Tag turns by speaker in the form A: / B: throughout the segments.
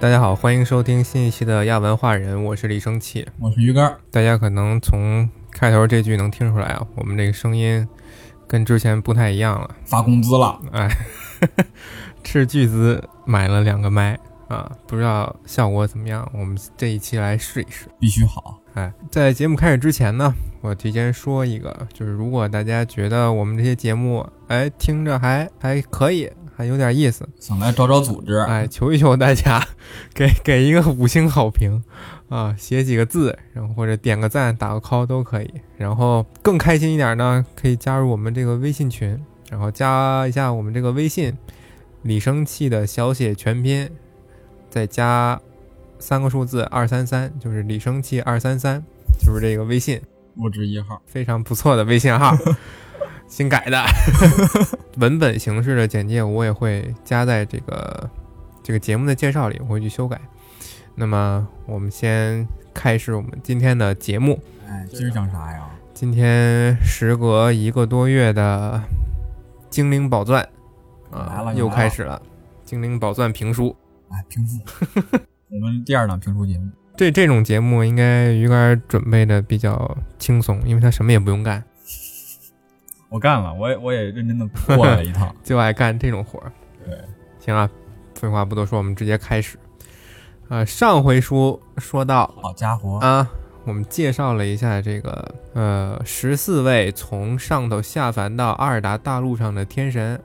A: 大家好，欢迎收听新一期的亚文化人，我是李生气。
B: 我是鱼竿儿，
A: 大家可能从开头这句能听出来啊，我们这个声音跟之前不太一样了。
B: 发工资了，
A: 哎，斥巨资买了两个麦啊，不知道效果怎么样，我们这一期来试一试。
B: 必须好。
A: 哎，在节目开始之前呢，我提前说一个，就是如果大家觉得我们这些节目，哎，听着还还可以，还有点意思，
B: 想来找找组织，
A: 哎，求一求大家， 给给一个五星好评啊，写几个字，然后或者点个赞、打个 call 都可以。然后更开心一点呢，可以加入我们这个微信群，然后加一下我们这个微信“李生气”的小写全拼，再加三个数字二三三，就是“李生气二三三”，就是这个微信。
B: 入职一号，
A: 非常不错的微信 号，新改的。文本形式的简介我也会加在这个这个节目的介绍里，我会去修改。那么我们先开始我们今天的节目。
B: 哎，今儿讲啥呀？
A: 今天时隔一个多月的《精灵宝钻》啊、
B: 来了
A: 又
B: 来了
A: 开始了，《精灵宝钻》评书。
B: 哎，评书， 我们第二档评书节目，
A: 这这种节目应该鱼竿准备的比较轻松，因为他什么也不用干，，
B: 我干了，我也我也认真的过了一趟
A: 就爱干这种活儿。
B: 对，
A: 行啊，废话不多说，我们直接开始。啊，上回书说到
B: 好家伙，
A: 啊，我们介绍了一下这个呃十四位从上头下凡到阿尔达大陆上的天神，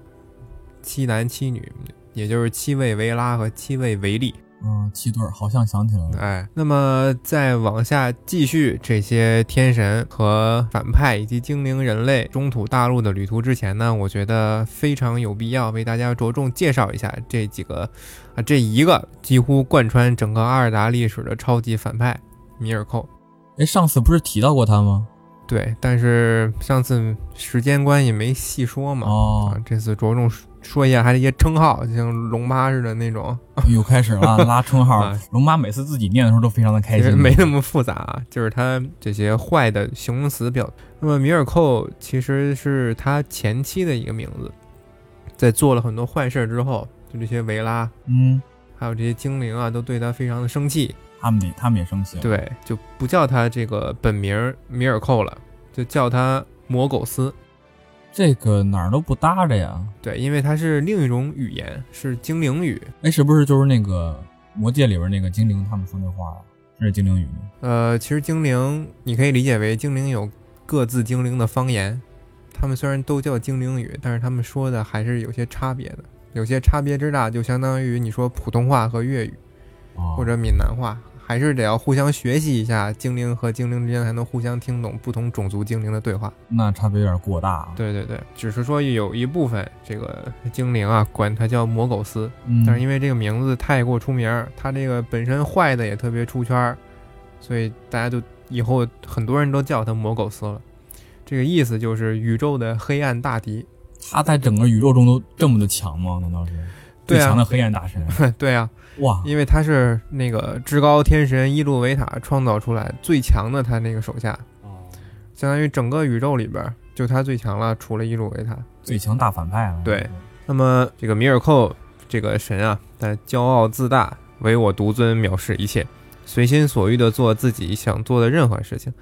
A: 七男七女，也就是七位维拉和七位维利。
B: 嗯，七对儿，好像想起来了，
A: 哎，那么再往下继续这些天神和反派以及精灵、人类中土大陆的旅途之前呢，我觉得非常有必要为大家着重介绍一下这几个啊，这一个几乎贯穿整个阿尔达历史的超级反派米尔寇。
B: 哎，上次不是提到过他吗？
A: 对，但是上次时间关系没细说嘛，
B: 哦
A: 啊，，这次着重说一下他的一些称号，像龙妈似的那种，
B: 又开始了拉称号
A: 啊，
B: 龙妈每次自己念的时候都非常的开
A: 其实
B: 心，
A: 没那么复杂啊，就是它这些坏的形容词表。那么米尔寇其实是他前妻的一个名字，在做了很多坏事之后，就这些维拉
B: 嗯，
A: 还有这些精灵啊，都对他非常的生气，
B: 他们得他们也生气了，
A: 对，就不叫他这个本名儿米尔寇了，就叫他魔苟斯。
B: 这个哪儿都不搭着呀，
A: 对，因为它是另一种语言，是精灵语。
B: 哎，是不是就是那个魔界里边那个精灵他们说那话呀？是精灵语吗？
A: 呃，其实精灵你可以理解为精灵有各自精灵的方言，他们虽然都叫精灵语，但是他们说的还是有些差别的，有些差别之大，就相当于你说普通话和粤语
B: 哦
A: 或者闽南话，还是得要互相学习一下，精灵和精灵之间才能互相听懂不同种族精灵的对话。
B: 那差别有点过大。，啊
A: 对对对，只是说有一部分这个精灵啊，管它叫魔苟斯，
B: 嗯，
A: 但是因为这个名字太过出名儿，他这个本身坏的也特别出圈儿，所以大家就以后很多人都叫他魔苟斯了。这个意思就是宇宙的黑暗大敌。
B: 他在整个宇宙中都这么的强吗？难道是最
A: 对
B: 强
A: 啊
B: 的，黑暗大神？
A: 对啊，
B: 哇，
A: 因为他是那个至高天神伊路维塔创造出来最强的他那个手下，相当于整个宇宙里边儿就他最强了，除了伊路维塔。
B: 最强大反派啊！
A: 对，那么这个米尔寇这个神啊，他骄傲自大，唯我独尊，藐视一切，随心所欲地做自己想做的任何事情，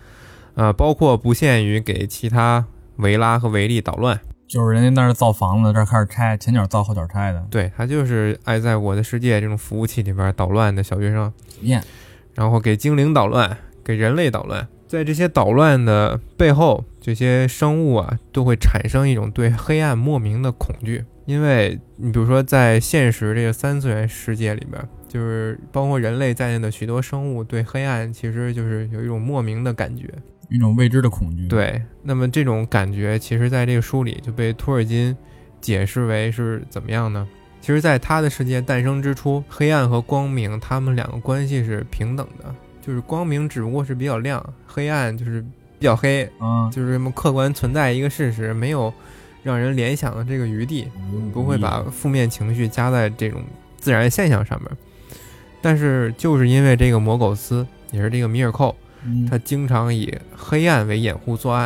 A: 啊、包括不限于给其他维拉和维利捣乱。
B: 就是人家那儿造房子，这儿开始拆，前脚造后脚拆的，
A: 对他就是爱在我的世界这种服务器里边捣乱的小学生，
B: 讨厌。
A: 然后给精灵捣乱，给人类捣乱。在这些捣乱的背后，这些生物啊都会产生一种对黑暗莫名的恐惧，因为你比如说在现实这个三次元世界里边，就是包括人类在内的许多生物对黑暗其实就是有一种莫名的感觉。
B: 一种未知的恐惧。，
A: 对，那么这种感觉其实在这个书里就被托尔金解释为是怎么样呢？其实，在他的世界诞生之初，黑暗和光明他们两个关系是平等的，就是光明只不过是比较亮，黑暗就是比较黑，
B: 嗯，
A: 就是什么客观存在一个事实，没有让人联想的这个余地。不
B: 嗯
A: 会把负面情绪加在这种自然现象上面。但是，就是因为这个魔苟斯，也是这个米尔寇，
B: 嗯
A: 他经常以黑暗为掩护作案，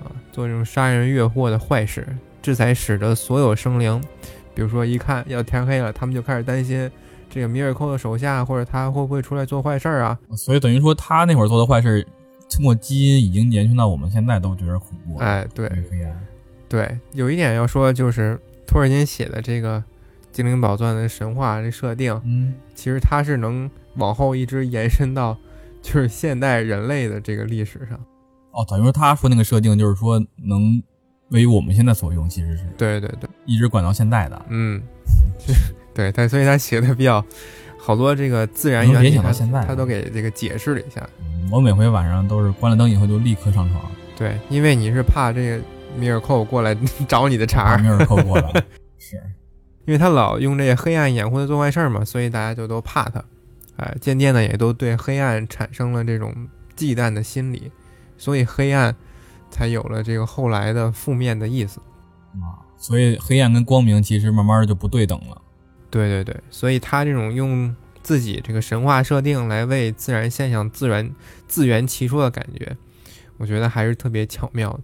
A: 啊，做这种杀人越货的坏事，这才使得所有生灵比如说一看要天黑了，他们就开始担心这个米尔寇的手下或者他会不会出来做坏事儿啊？
B: 所以等于说他那会儿做的坏事，通过基因已经延续到我们现在都觉得恐怖。，
A: 哎，对
B: 黑暗。
A: 对，有一点要说就是托尔金写的这个《精灵宝钻》的神话这设定，
B: 嗯，
A: 其实它是能往后一直延伸到就是现代人类的这个历史上。
B: 哦，等于说他说那个设定就是说能为我们现在所用，其实是
A: 对对对，
B: 一直管到现在的。
A: 嗯， 对，但所以他写的比较好多这个自然
B: 能
A: 原
B: 联
A: 理
B: 想
A: 他，
B: 到现在
A: 他都给这个解释了一下。
B: 嗯我每回晚上都是关了灯以后就立刻上床，
A: 对，因为你是怕这个米尔寇过来 找你的茬
B: 把
A: 儿，
B: 米尔寇过来。是，
A: 因为他老用这个黑暗掩护他做坏事儿嘛，所以大家就都怕他。哎，渐渐的也都对黑暗产生了这种忌惮的心理，所以黑暗才有了这个后来的负面的意思。
B: 啊，所以黑暗跟光明其实慢慢就不对等了。
A: 对对对，所以他这种用自己这个神话设定来为自然现象自然自圆其说的感觉，我觉得还是特别巧妙的，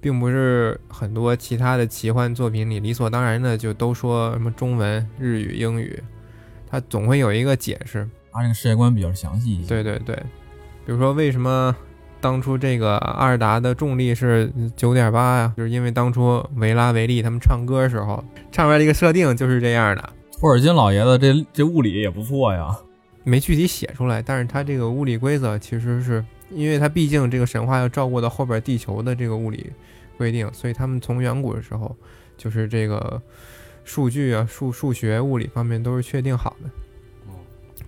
A: 并不是很多其他的奇幻作品里理所当然的就都说什么中文、日语、英语，它总会有一个解释。
B: 他这个世界观比较详细一些。
A: 对对对，比如说为什么当初这个阿尔达的重力是九点八呀？就是因为当初维拉维利他们唱歌的时候唱出来的一个设定就是这样的。
B: 托尔金老爷子这这物理也不错呀。
A: 没具体写出来，但是它这个物理规则其实是因为它毕竟这个神话要照顾到后边地球的这个物理规定，所以他们从远古的时候就是这个数据啊、数数学、物理方面都是确定好的。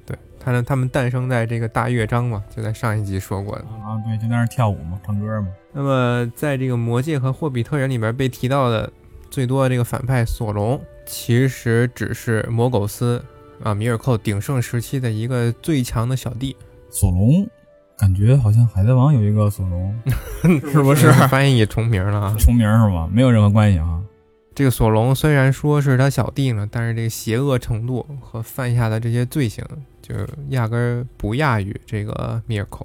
A: 对，他呢，他们诞生在这个大乐章嘛，就在上一集说过的。
B: 啊，对，就在那儿跳舞嘛，唱歌嘛。
A: 那么在这个魔界和霍比特人里面被提到的最多的这个反派索隆，其实只是魔苟斯啊米尔寇鼎盛时期的一个最强的小弟。
B: 索隆，感觉好像《海贼王》有一个索隆， 是不 是？
A: 嗯翻译重名了啊？
B: 重名是吗？没有任何关系啊。
A: 这个索隆虽然说是他小弟呢，但是这个邪恶程度和犯下的这些罪行，就压根儿不亚于这个米尔寇。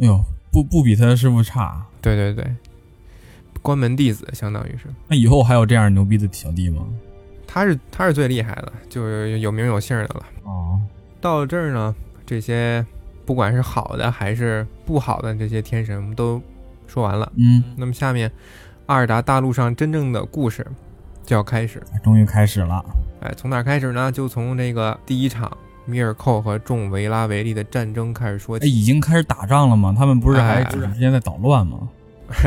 B: 哎呦，不不比他师傅差。啊
A: 对对对，关门弟子相当于是，
B: 那以后还有这样牛逼的小弟吗？
A: 他是他是最厉害的，就是有名有姓的了。
B: 哦，
A: 到了这儿呢，这些不管是好的还是不好的这些天神，我们都说完了。
B: 嗯，
A: 那么下面，阿尔达大陆上真正的故事就要开始。
B: 终于开始了。
A: 哎，从哪儿开始呢？就从这个第一场米尔寇和众维拉维利的战争开始说
B: 哎，
A: 起。
B: 已经开始打仗了吗？他们不是还
A: 哎
B: 只是之间在捣乱吗？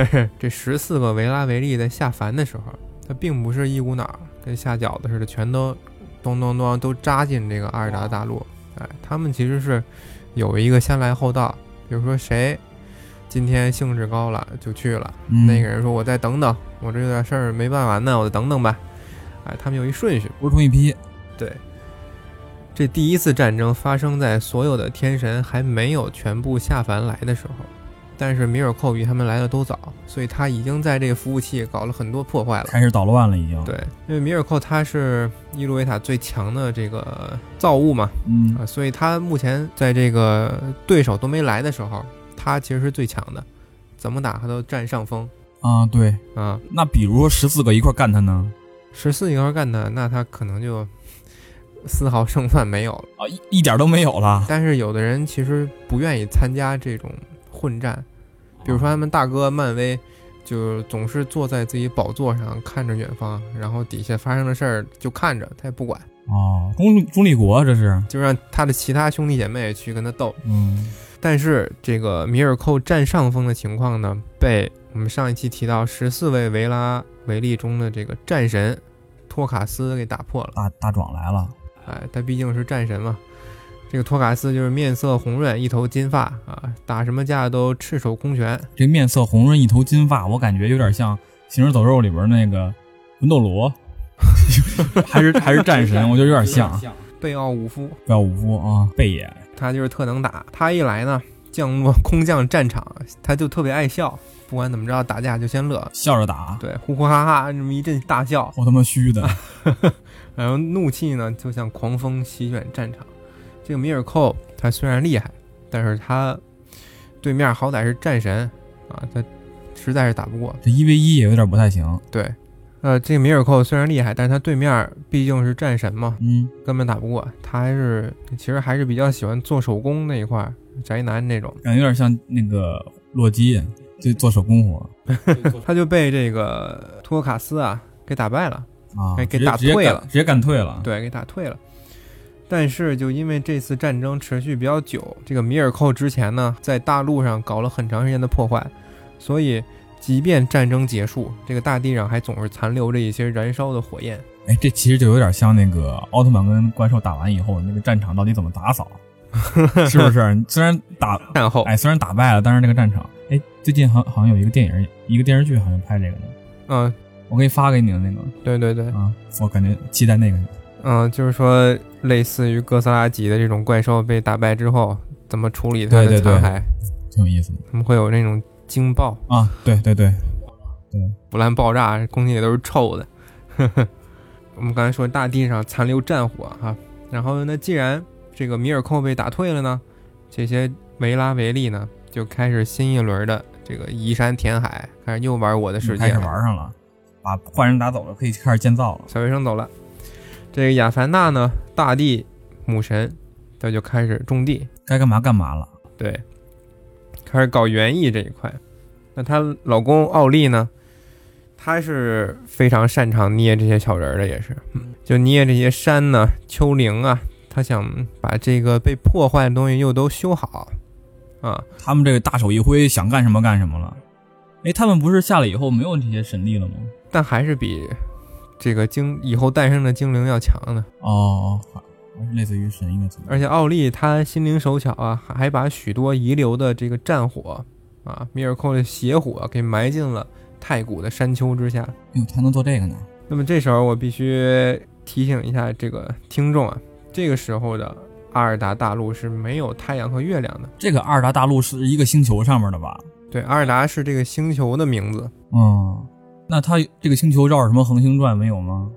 A: 这十四个维拉维利在下凡的时候，他并不是一股脑儿跟下饺子似的，全都咚咚咚都扎进这个阿尔达大陆。哎，他们其实是有一个先来后到，比如说谁今天兴致高了就去了，
B: 嗯
A: 那个人说我再等等，我这有点事儿没办完呢，我再等等吧。哎，他们有一顺序。
B: 不是同一批。
A: 对，这第一次战争发生在所有的天神还没有全部下凡来的时候，但是米尔寇比他们来的都早，所以他已经在这个服务器搞了很多破坏了。
B: 开始捣乱了，已经。，
A: 对，因为米尔寇他是伊路维塔最强的这个造物嘛，
B: 嗯
A: 啊，所以他目前在这个对手都没来的时候，他其实是最强的，怎么打他都占上风
B: 啊，对。
A: 啊。
B: 那比如说十四个一块儿干他呢？
A: 十四一块干的，那他可能就 丝毫胜算没有了。
B: 啊，一一点都没有了。
A: 但是有的人其实不愿意参加这种混战，比
B: 嗯
A: 如说他们大哥漫威，就总是坐在自己宝座上看着远方，然后底下发生的事儿就看着，他也不管，
B: 哦，中中立国这是。
A: 就让他的其他兄弟姐妹去跟他斗。
B: 嗯，
A: 但是这个米尔寇占上风的情况呢，被我们上一期提到十四位维拉维利中的这个战神托卡斯给打破了。
B: 大大壮来了。
A: 哎，他毕竟是战神嘛。这个托卡斯就是面色红润，一头金发啊，打什么架都赤手空拳。
B: 这面色红润，一头金发，我感觉有点像《行尸走肉》里边那个魂斗罗， 还是还是战神，我觉得有 点像
A: 贝奥武夫，
B: 不要武夫啊，贝爷
A: 他就是特能打。他一来呢，降落空降战场，他就特别爱笑，不管怎么着打架就先乐，
B: 笑着打，
A: 对，呼呼哈哈这么一阵大笑，
B: 我他妈 虚的，
A: 然后怒气呢就像狂风席卷战场。这个米尔寇他虽然厉害，但是他对面好歹是战神啊，他实在是打不过。
B: 这一 v 一也有点不太行。
A: 对，呃，这个米尔寇虽然厉害，但是他对面毕竟是战神嘛，
B: 嗯
A: 根本打不过。他还是其实还是比较喜欢做手工那一块儿，宅男那种。
B: 感觉有点像那个洛基，就做手工活
A: 他就被这个托卡斯啊给打败了，
B: 啊，
A: 哎给
B: 直接
A: 打
B: 直接
A: 退
B: 干
A: 了
B: 直接干退了。
A: 对，给打退了。但是就因为这次战争持续比较久，这个米尔寇之前呢在大陆上搞了很长时间的破坏，所以即便战争结束，这个大地上还总是残留着一些燃烧的火焰。
B: 哎，这其实就有点像那个奥特曼跟怪兽打完以后，那个战场到底怎么 打扫，是不是？虽然打
A: 战后，
B: 哎，虽然打败了，但是那个战场，哎，最近好好像有一个电影，一个电视剧好像拍这个的，
A: 嗯，
B: 我给你发给你的那个
A: 对对对，
B: 啊，我感觉期待那个。
A: 嗯，就是说类似于哥斯拉级的这种怪兽被打败之后，怎么处理它的
B: 对对对
A: 残骸？
B: 挺有意思的
A: 他们会有那种惊爆、
B: 啊！对对对，
A: 腐烂爆炸，空气里都是臭的。 呵呵，我们刚才说大地上残留战火哈、然后那既然这个米尔寇被打退了呢，这些维拉维利呢就开始新一轮的这个移山填海，开始又玩我的世界
B: 开
A: 了，
B: 始玩上了，把坏人打走了，可以开始建造了。
A: 小学生走了。这个亚凡娜呢，大地母神，他就开始种地，
B: 该干嘛干嘛了。
A: 对，开始搞园艺这一块。那她老公奥利呢？他是非常擅长捏这些小人儿的，也是，就捏这些山呢、丘陵啊，他想把这个被破坏的东西又都修好啊。
B: 他们这个大手一挥，想干什么干什么了。哎，他们不是下来以后没有这些神力了吗？
A: 但还是比这个精以后诞生的精灵要强的。
B: 哦，还是类似于神一个存在。
A: 而且奥利他心灵手巧啊，还还把许多遗留的这个战火啊，米尔寇的邪火给埋进了太古的山丘之下。
B: 哎呦，他能做这个呢？
A: 那么这时候我必须提醒一下这个听众啊，这个时候的阿尔达大陆是没有太阳和月亮的。
B: 这个阿尔达大陆是一个星球上面的吧？
A: 对，阿尔达是这个星球的名字，
B: 嗯，那它这个星球绕着什么恒星转没有吗？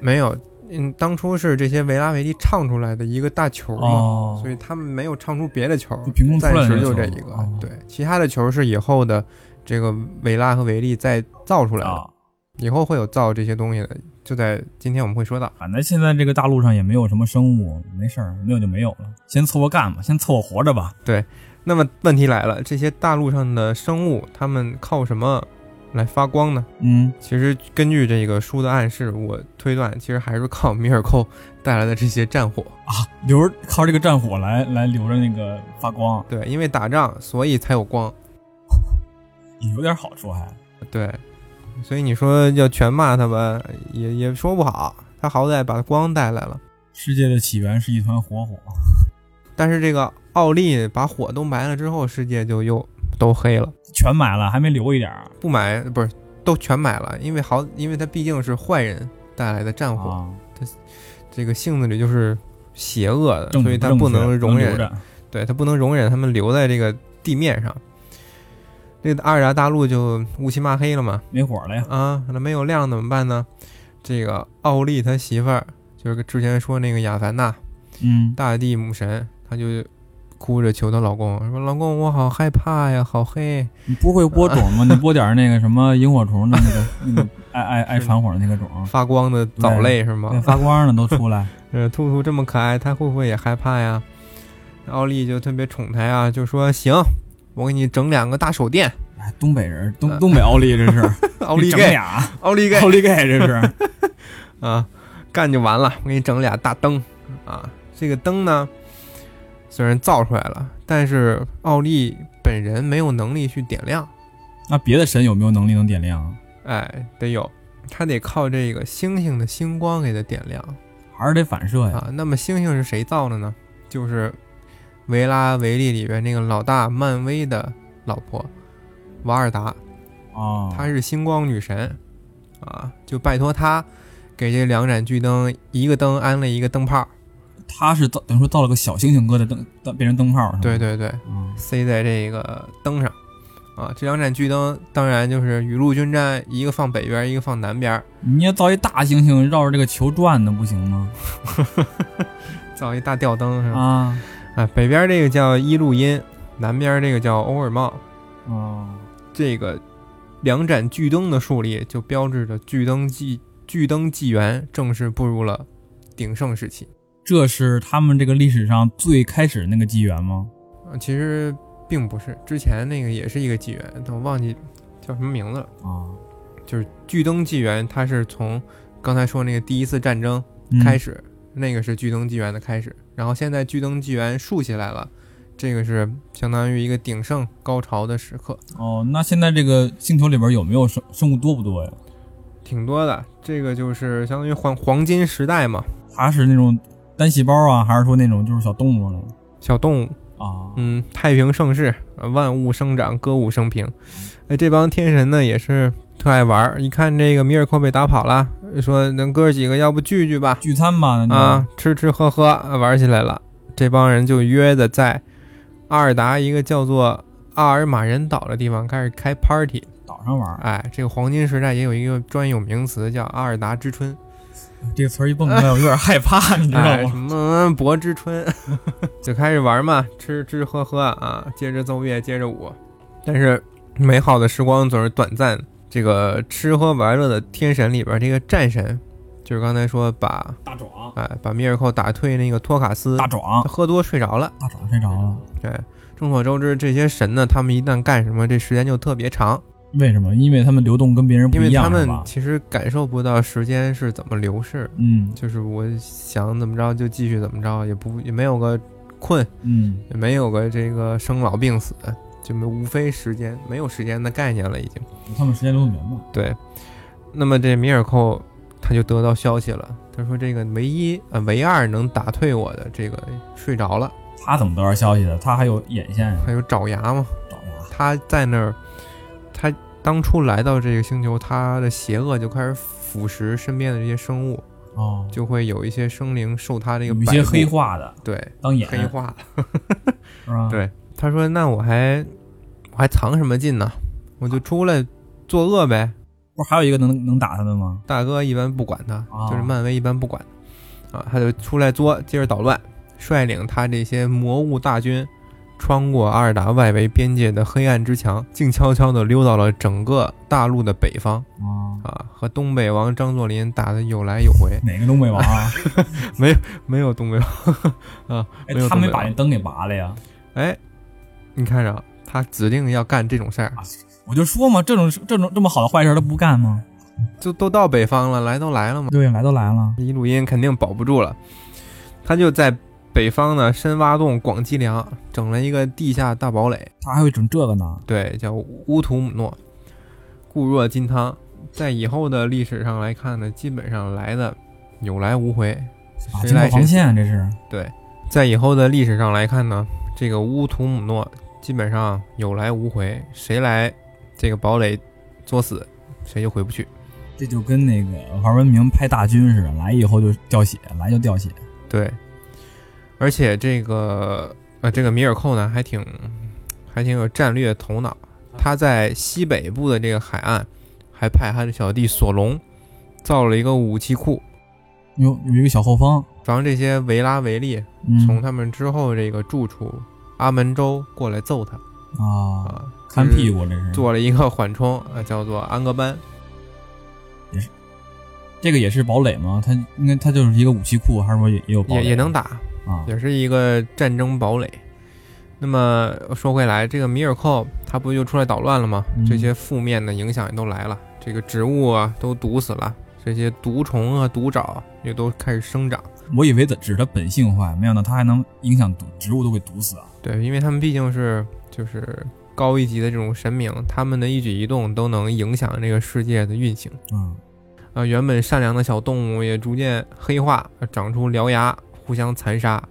A: 没有。嗯，当初是这些维拉维利唱出来的一个大球嘛，
B: 哦
A: 所以他们没有唱出别的球，
B: 就凭空出来
A: 暂
B: 的
A: 时就
B: 球
A: 这一个。
B: 哦
A: 对，其他的球是以后的这个维拉和维利再造出来的，
B: 啊，
A: 以后会有造这些东西的，就在今天我们会说到。
B: 反正现在这个大陆上也没有什么生物，没事儿，没有就没有了，先凑合干吧，先凑合活着吧。
A: 那么问题来了，这些大陆上的生物，它们靠什么来发光呢？
B: 嗯，
A: 其实根据这个书的暗示，我推断其实还是靠米尔寇带来的这些战火。
B: 啊留着靠这个战火来来留着那个发光，
A: 对，因为打仗，所以才有光。
B: 也有点好处哎还。
A: 对，所以你说要全骂他吧，也也说不好。他好歹把光带来了，
B: 世界的起源是一团火火，
A: 但是这个奥利把火都埋了之后，世界就又都黑了。
B: 全买了还没留一点儿
A: 不埋不是都全埋了，因为好，因为他毕竟是坏人带来的战火，
B: 啊，
A: 这个性子里就是邪恶的，
B: 正
A: 所以他
B: 正
A: 不
B: 确
A: 能容
B: 留
A: 忍
B: 着
A: 对他不能容忍他们留在这个地面上。这个阿尔达大陆就乌漆嘛黑了嘛，
B: 没火了呀。
A: 啊，那没有亮怎么办呢？这个奥利他媳妇儿就是之前说那个亚凡娜，
B: 嗯，
A: 大地母神，她就哭着求她老公说：“老公，我好害怕呀，好黑。
B: 你不会播种吗？你播点儿那个什么萤火虫的那个那个 爱爱爱
A: 是
B: 传火的那个种，”
A: 发光的藻类是
B: 对，
A: 吗？
B: 发光的都出来。
A: 呃，兔兔这么可爱，它会不会也害怕呀？奥利就特别宠她呀，就说：“行，我给你整两个大手 电。
B: 哎，东北人，东东北奥利这是
A: 呃奥利
B: 整
A: 给，
B: 俩
A: 奥利给，
B: 奥利给这是。
A: 啊，干就完了，我给你整俩大灯啊。这个灯呢，虽然造出来了，但是奥利本人没有能力去点亮，
B: 那别的神有没有能力能点亮？
A: 哎，得有，他得靠这个星星的星光给他点亮
B: 还是得反射呀？
A: 啊。那么星星是谁造的呢？就是维拉维利里边那个老大漫威的老婆瓦尔达，
B: 啊，
A: 她是星光女神啊，就拜托她给这两盏巨灯，一个灯安了一个灯泡。
B: 他是造等于说造了个小星星哥的灯，灯变成灯泡是吧？
A: 对对对，
B: 嗯，
A: 塞在这个灯上，啊，这两盏巨灯当然就是雨露均沾，一个放北边，一个放南边，
B: 你要造一大星星绕着这个球转呢，不行吗？
A: 造一大吊灯是吧？
B: 啊，
A: 啊，北边这个叫伊路因，南边这个叫欧尔茂，
B: 哦，
A: 这个两盏巨灯的树立，就标志着巨灯纪巨灯纪元正式步入了鼎盛时期。
B: 这是他们这个历史上最开始那个纪元吗？
A: 呃其实并不是，之前那个也是一个纪元，但我忘记叫什么名字了。
B: 啊，
A: 就是巨灯纪元，它是从刚才说那个第一次战争
B: 嗯
A: 开始，那个是巨灯纪元的开始。然后现在巨灯纪元竖起来了，这个是相当于一个鼎盛高潮的时刻，
B: 哦。那现在这个星球里边有没有生生物多不多呀？
A: 挺多的。这个就是相当于黄黄金时代嘛，
B: 它是那种单细胞啊，还是说那种就是小动物呢？
A: 小动物，
B: 啊，
A: 嗯，太平盛世，呃万物生长，歌舞升平。哎，这帮天神呢也是特爱玩儿，一看这个米尔寇被打跑了，说能哥几个要不聚聚吧，
B: 聚餐吧，那就
A: 啊，吃吃喝喝玩起来了。这帮人就约的在阿尔达一个叫做阿尔马人岛的地方开始开 party。
B: 岛上玩儿。
A: 哎，这个黄金时代也有一个专有名词叫阿尔达之春，
B: 这个词儿一蹦出来，我有点害 怕，你知道
A: 哎，什
B: 吗？
A: 么博之春， 就开始玩嘛，吃吃喝喝啊，接着奏乐，接着舞。但是美好的时光总是短暂，这个吃喝玩乐的天神里边，这个战神，就是刚才说把
B: 大壮，
A: 哎把米尔寇打退那个托卡斯，
B: 大壮，
A: 喝多睡着了。
B: 大壮睡着了。
A: 对，众所周知，这些神呢，他们一旦干什么，这时间就特别长，
B: 为什么？因为他们流动跟别人不
A: 因为
B: 一
A: 他
B: 样，
A: 们
B: 是吧？
A: 其实感受不到时间是怎么流逝，
B: 嗯
A: 就是我想怎么着就继续怎么着，也不也没有个困，
B: 嗯，
A: 也没有个这个生老病死，就没无非时间，没有时间的概念了已经。
B: 他们时间流动明白。
A: 对，那么这米尔寇他就得到消息了，他说这个唯一呃唯二能打退我的这个睡着了，
B: 他怎么得到消息的？他还有眼线呀，
A: 还有爪牙嘛。
B: 找他。
A: 他在那儿，他当初来到这个星球，他的邪恶就开始腐蚀身边的这些生物，
B: 哦，
A: 就会有一些生灵受他这个
B: 有一
A: 摆
B: 些
A: 布
B: 黑化嗯的
A: 对
B: 当眼，
A: 黑化。
B: 是吧？
A: 对他说：“那我还我还藏什么劲呢？我就出来作恶呗。
B: 不是还有一个能能打他的吗？
A: 大哥一般不管他，
B: 哦
A: 就是漫威一般不管啊，他就出来作，接着捣乱，率领他这些魔物大军。”穿过阿尔达外围边界的黑暗之墙，静悄悄地溜到了整个大陆的北方。
B: 啊，
A: 啊，和东北王张作霖打的有来有回，
B: 哪个东北 王啊？
A: 没有东北王。
B: 哎
A: 没有，
B: 他
A: 东北
B: 没把
A: 王
B: 那灯给拔了呀？
A: 哎，你看着他指定要干这种事儿，
B: 我就说嘛，这种这种这么好的坏事儿他不干吗？
A: 就都到北方了，来都来了嘛，
B: 对，来都来了，
A: 一录音肯定保不住了。他就在北方呢，深挖洞，广积粮，整了一个地下大堡垒，
B: 他还会整这个呢？
A: 对，叫乌图姆诺，固若金汤。在以后的历史上来看呢，基本上来的有来无回，
B: 啊，
A: 谁
B: 经
A: 来谁
B: 过防
A: 死
B: 线这是
A: 对，在以后的历史上来看呢，这个乌图姆诺基本上有来无回，谁来这个堡垒作死，谁就回不去。
B: 这就跟那个玩文明派大军似的，来以后就掉血，来就掉血。
A: 对，而且这个呃，这个米尔寇呢，还挺还挺有战略头脑。他在西北部的这个海岸，还派他的小弟索隆造了一个武器库，
B: 有有一个小后方，
A: 防这些维拉维利
B: 嗯
A: 从他们之后这个住处阿门州过来揍他
B: 啊，
A: 啊，
B: 看
A: 就是
B: 屁股这是，
A: 做了一个缓冲，啊，叫做安格班。
B: 这个也是堡垒吗？它应该它就是一个武器库，还是说也也有堡垒
A: 也也能打，
B: 啊？
A: 也是一个战争堡垒。那么说回来，这个米尔寇他不就出来捣乱了吗
B: 嗯？
A: 这些负面的影响也都来了，这个植物啊都毒死了，这些毒虫啊、毒爪也都开始生长。
B: 我以为它只是它本性坏，没想到它还能影响毒植物都给毒死啊！
A: 对，因为他们毕竟是就是高一级的这种神明，他们的一举一动都能影响这个世界的运行。
B: 嗯，
A: 啊，原本善良的小动物也逐渐黑化，长出獠牙，互相残杀，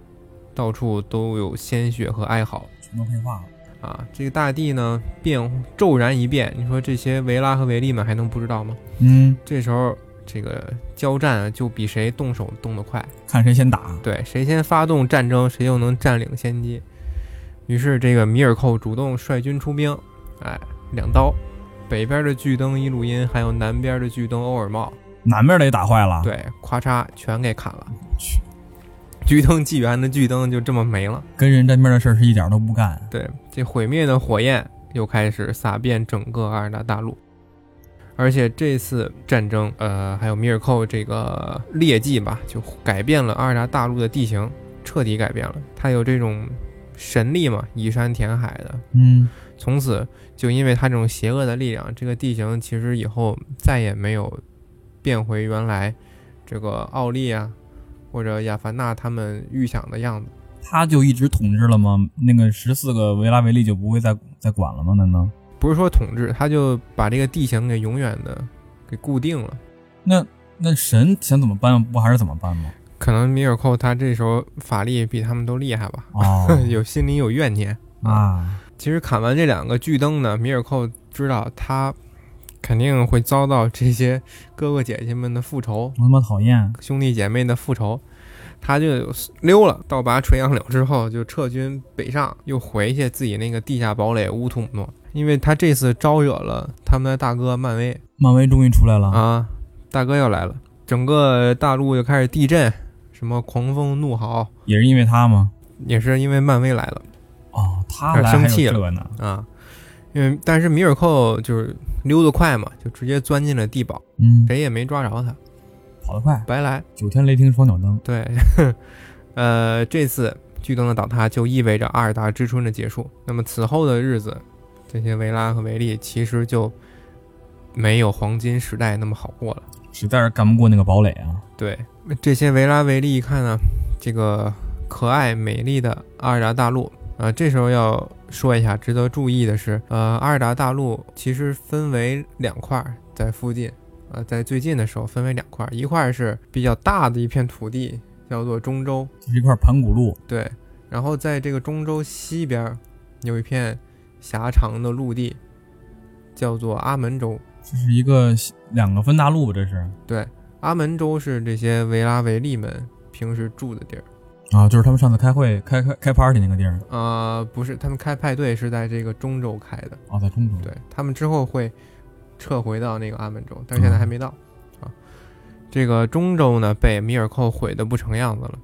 A: 到处都有鲜血和哀嚎
B: 全都黑化了。
A: 啊！这个大地呢变骤然一变，你说这些维拉和维利们还能不知道吗？
B: 嗯，
A: 这时候这个交战啊就比谁动手动得快，
B: 看谁先打。
A: 对，谁先发动战争，谁就能占领先机。于是这个米尔寇主动率军出兵，哎，两刀，北边的巨灯伊鲁因，还有南边的巨灯欧尔茂，
B: 南边的也打坏了，，
A: 对，咔嚓全给砍了
B: 去。
A: 巨灯纪元的巨灯就这么没了。
B: 跟人沾边的事儿是一点儿都不干。
A: 对，这毁灭的火焰又开始撒遍整个阿尔达大陆。而且这次战争，呃，还有米尔寇这个劣迹吧，就改变了阿尔达大陆的地形，彻底改变了。它有这种神力嘛，移山填海的，
B: 嗯，
A: 从此就因为他这种邪恶的力量，这个地形其实以后再也没有变回原来这个奥利啊或者亚凡纳他们预想的样子。
B: 他就一直统治了吗？那个十四个维拉维利就不会再再管了吗？难道？
A: 不是说统治，他就把这个地形给永远的给固定了。
B: 那那神想怎么办，不还是怎么办吗？
A: 可能米尔寇他这时候法力比他们都厉害吧，
B: 哦
A: 有心里有怨念。
B: 啊，
A: 其实砍完这两个巨灯呢，米尔寇知道他肯定会遭到这些哥哥姐姐们的复仇，
B: 我他妈讨厌！
A: 兄弟姐妹的复仇，他就溜了。到达垂杨柳之后，就撤军北上，又回去自己那个地下堡垒乌图姆诺，因为他这次招惹了他们的大哥漫威
B: 漫威终于出来了，
A: 啊，大哥要来了，整个大陆就开始地震，什么狂风怒号，
B: 也是因为他吗？
A: 也是因为漫威来了
B: 哦，他来
A: 生
B: 还有
A: 气
B: 这
A: 了
B: 个呢？
A: 啊。因为但是米尔寇就是溜得快嘛，就直接钻进了地堡，
B: 嗯，
A: 谁也没抓着他，
B: 跑得快，
A: 白来。
B: 九天雷霆双脚蹬。
A: 对，呃，这次巨灯的倒塌就意味着阿尔达之春的结束。那么此后的日子，这些维拉和维利其实就没有黄金时代那么好过了。
B: 实在是干不过那个堡垒啊！
A: 对，这些维拉维利一看呢，这个可爱美丽的阿尔达大陆啊、呃这时候要说一下，值得注意的是，呃，阿尔达大陆其实分为两块儿，在附近，呃，在最近的时候分为两块儿，一块儿是比较大的一片土地，叫做中州，
B: 就是一块盘古路，
A: 对，然后在这个中州西边儿有一片狭长的陆地，叫做阿门州。
B: 这是一个西两个分大陆吧？这是
A: 阿门州是这些维拉维利们平时住的地儿。
B: 啊，就是他们上次开会开开开 party 那个地儿
A: 呃，不是，他们开派对是在这个中州开的。
B: 啊，在中州。
A: 对他们之后会撤回到那个阿门州，但是现在还没到、啊。这个中州呢，被米尔寇毁得不成样子了，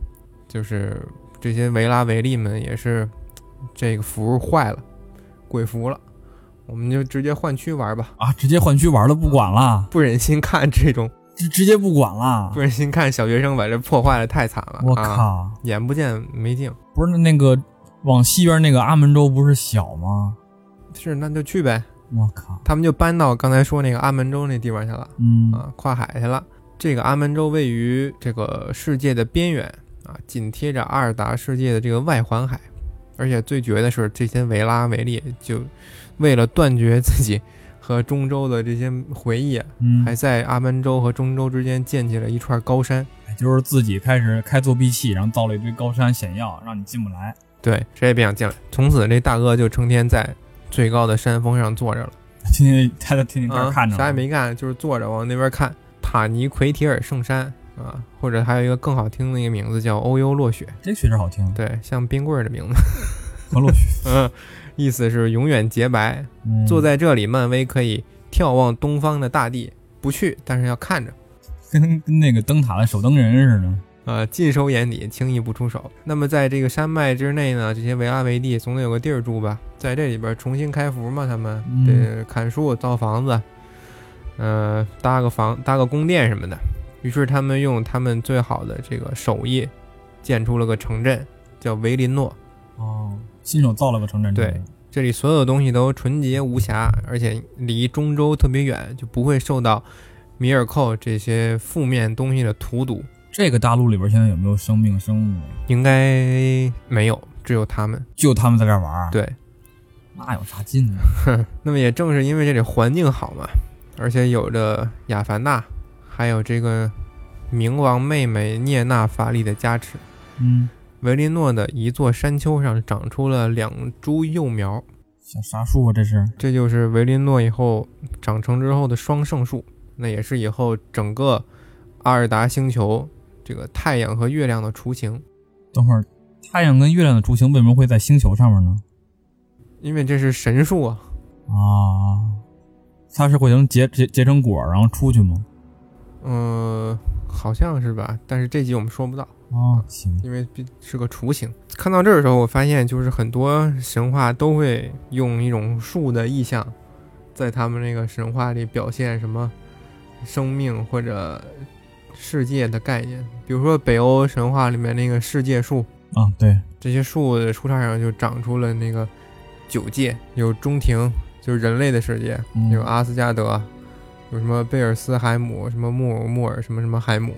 A: 就是这些维拉维利们也是这个服坏了，鬼服了，我们就直接换区玩吧。
B: 啊，直接换区玩了，不管了，
A: 不忍心看这种，
B: 直直接不管了
A: 不。忍心看小学生把这破坏的太惨了。
B: 我
A: 啊，
B: 靠！
A: 眼不见没净，
B: 不是那个往西边那个阿门州不是小吗？
A: 是那就去呗。
B: 我靠！
A: 他们就搬到刚才说那个阿门州那地方去了。
B: 嗯，
A: 啊，跨海去了。这个阿门州位于这个世界的边缘啊，紧贴着阿尔达世界的这个外环海。而且最绝的是，这些维拉维利就为了断绝自己和中州的这些回忆啊，
B: 嗯，
A: 还在阿门州和中州之间建起了一串高山。
B: 就是自己开始开作弊器，然后造了一堆高山险要，让你进不来。
A: 对，谁也别想进来。从此，这大哥就成天在最高的山峰上坐着了，
B: 天天他在天天这
A: 啊
B: 儿看着、
A: 啥也。没干，就是坐着往那边看。塔尼奎提尔圣山啊，或者还有一个更好听的一个名字叫欧优落雪。
B: 这确实好听，
A: 对，像冰棍儿的名字，
B: 何洛雪。
A: 嗯，意思是永远洁白。
B: 嗯
A: 坐在这里，漫威可以眺望东方的大地，不去，但是要看着，
B: 跟跟那个灯塔的守灯人似的。
A: 呃，尽收眼底，轻易不出手。那么在这个山脉之内呢，这些维拉维地总得有个地儿住吧，在这里边重新开服嘛，他们
B: 嗯
A: 得砍树、造房子，呃，搭个房、搭个宫殿什么的。于是他们用他们最好的这个手艺，建出了个城镇，叫维林诺。
B: 哦，新手造了个城镇。
A: 对，这里所有东西都纯洁无瑕，而且离中州特别远，就不会受到米尔寇这些负面东西的荼毒。
B: 这个大陆里边现在有没有生病生物？
A: 应该没有，只有他们。
B: 就他们在这儿玩儿，
A: 对，
B: 那有啥劲呢？
A: 那么也正是因为这里环境好嘛，而且有着亚凡娜，还有这个冥王妹妹涅娜法力的加持，
B: 嗯，
A: 维林诺的一座山丘上长出了两株幼苗，
B: 像啥树啊？这是
A: 这就是维林诺以后长成之后的双圣树，那也是以后整个阿尔达星球这个太阳和月亮的雏形，
B: 等会儿太阳跟月亮的雏形为什么会在星球上面呢？
A: 因为这是神树啊，
B: 啊，它是会能结结结成果，然后出去吗？
A: 嗯、好像是吧？但是这集我们说不到，
B: 啊，行，
A: 因为毕是个雏形。看到这儿的时候，我发现就是很多神话都会用一种树的意象，在他们那个神话里表现什么生命或者世界的概念，比如说北欧神话里面那个世界树，
B: 啊，对，
A: 这些树的树杈上就长出了那个九界，有中庭，就是人类的世界，
B: 嗯
A: 有啊阿斯加德，有什么贝尔斯海姆，什么穆尔穆尔什么什么海姆，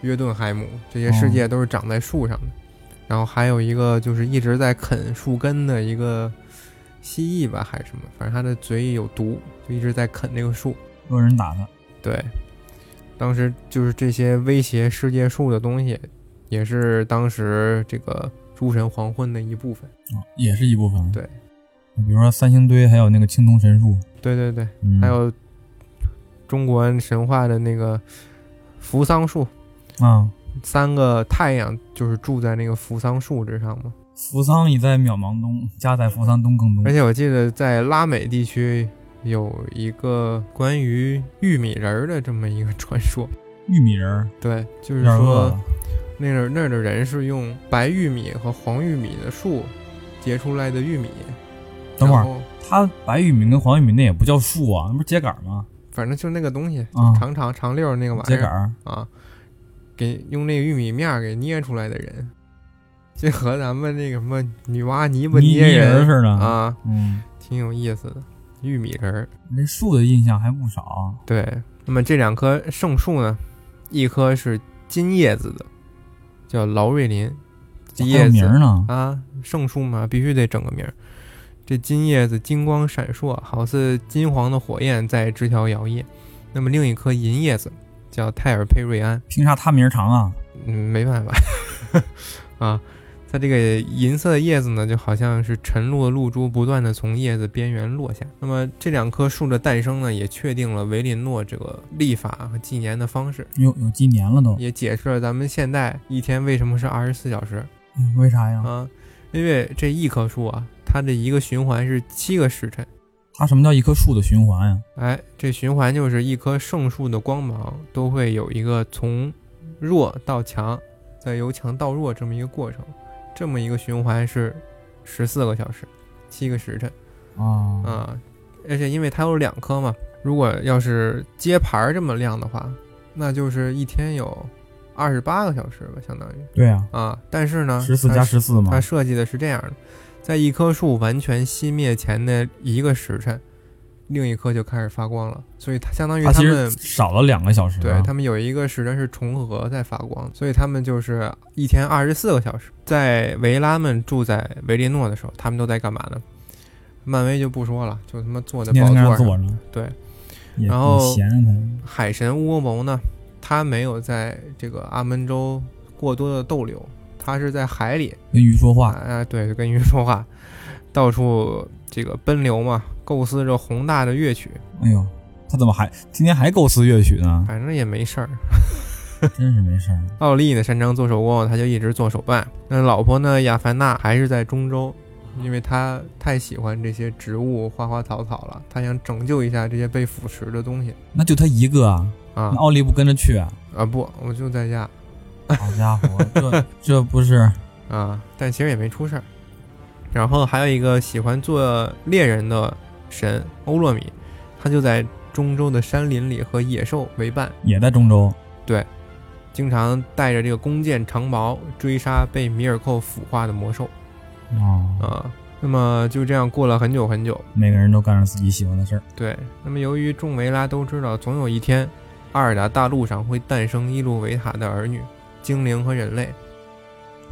A: 约顿海姆，这些世界都是长在树上的。然后还有一个就是一直在啃树根的一个蜥蜴吧，还是什么，反正它的嘴里有毒，就一直在啃那个树。
B: 嗯有人打他，
A: 对，当时就是这些威胁世界树的东西，也是当时这个诸神黄昏的一部分。
B: 啊也是一部分。
A: 对，
B: 比如说三星堆，还有那个青铜神树，
A: 对对对，
B: 嗯、
A: 还有中国神话的那个扶桑树，
B: 啊，
A: 三个太阳就是住在那个扶桑树之上嘛。
B: 扶桑已在渺茫东，家在扶桑东更东
A: 而。且我记得在拉美地区有一个关于玉米人儿的这么一个传说。
B: 玉米人儿
A: 对，就
B: 有
A: 是
B: 点饿
A: 说
B: 了，
A: 那儿那儿的人是用白玉米和黄玉米的树结出来的玉米。
B: 等会儿
A: 然后
B: 它白玉米跟黄玉米那也不叫树啊，那不是秸秆儿吗？
A: 反正就是那个东西，
B: 啊，
A: 长长长溜儿那个玩
B: 秸
A: 意
B: 秆
A: 儿
B: 儿
A: 啊，给用那个玉米面儿给捏出来的人，这和咱们那个什么女娲泥巴
B: 泥泥
A: 捏
B: 人儿
A: 人
B: 似的。
A: 啊，
B: 嗯，
A: 挺有意思的。玉米人儿，
B: 这树的印象还不少。
A: 对。那么这两棵圣树呢，一棵是金叶子的，叫劳瑞林，这
B: 哦还
A: 叶
B: 有名
A: 子
B: 儿呢，
A: 啊，圣树嘛，必须得整个名儿。这金叶子金光闪烁，好似金黄的火焰在枝条摇曳。那么另一颗银叶子叫泰尔佩瑞安，
B: 凭啥它名儿长啊？
A: 嗯，没办法 啊，它这个银色的叶子呢，就好像是晨露的露珠不断的从叶子边缘落下。那么这两棵树的诞生呢，也确定了维林诺这个历法和纪年的方式，
B: 有有几年了都？
A: 也解释了咱们现代一天为什么是二十四小时。
B: 嗯为啥呀？
A: 啊，因为这一棵树啊，它的一个循环是七个时辰。
B: 它什么叫一棵树的循环呀？
A: 哎，这循环就是一棵圣树的光芒都会有一个从弱到强，再由强到弱这么一个过程，这么一个循环是十四个小时，七个时辰
B: 啊，
A: 啊。而且因为它有两棵嘛，如果要是接盘儿这么亮的话，那就是一天有二十八个小时吧，相当于
B: 对呀，
A: 啊。但是呢，
B: 十四
A: 它
B: 加十四嘛
A: 它，设计的是这样的：在一棵树完全熄灭前的一个时辰，另一棵就开始发光了。所以它相当于
B: 它
A: 它
B: 啊其
A: 们
B: 实少了两个小时啊。
A: 对它们有一个时辰是重合在发光，所以它们就是一天二十四个小时。在维拉们住在维利诺的时候，他们都在干嘛呢？漫威就不说了，就他妈坐在
B: 天
A: 宝
B: 天在那
A: 座
B: 儿
A: 上。
B: 坐着，
A: 对，
B: 也
A: 然后
B: 也闲着它。
A: 海神乌蒙呢，他没有在这个阿门州过多的逗留，他是在海里
B: 跟鱼说话，
A: 啊，对，就跟鱼说话，到处这个奔流嘛，构思着宏大的乐曲，
B: 哎呦，他怎么还今天还构思乐曲 呢？
A: 反正也没事儿。
B: 真是没事儿。
A: 奥利呢擅长做手工，他就一直做手办。那老婆呢，亚凡娜还是在中州，因为她太喜欢这些植物、花花草草了，她想拯救一下这些被腐蚀的东西
B: 那就他一个啊，
A: 啊
B: 那奥利不跟着去 啊？
A: 啊！不，我就在家
B: 好家伙，这这不是
A: 啊，但其实也没出事儿。然后还有一个喜欢做猎人的神欧洛米，他就在中州的山林里和野兽为伴。
B: 也在中州？
A: 经常带着这个弓箭、长矛追杀被米尔寇腐化的魔兽
B: 哦，
A: 啊。那么就这样过了很久很久。
B: 每个人都干着自己喜欢的事儿。
A: 对，那么由于众维拉都知道，总有一天，阿尔达大陆上会诞生伊路维塔的儿女，精灵和人类。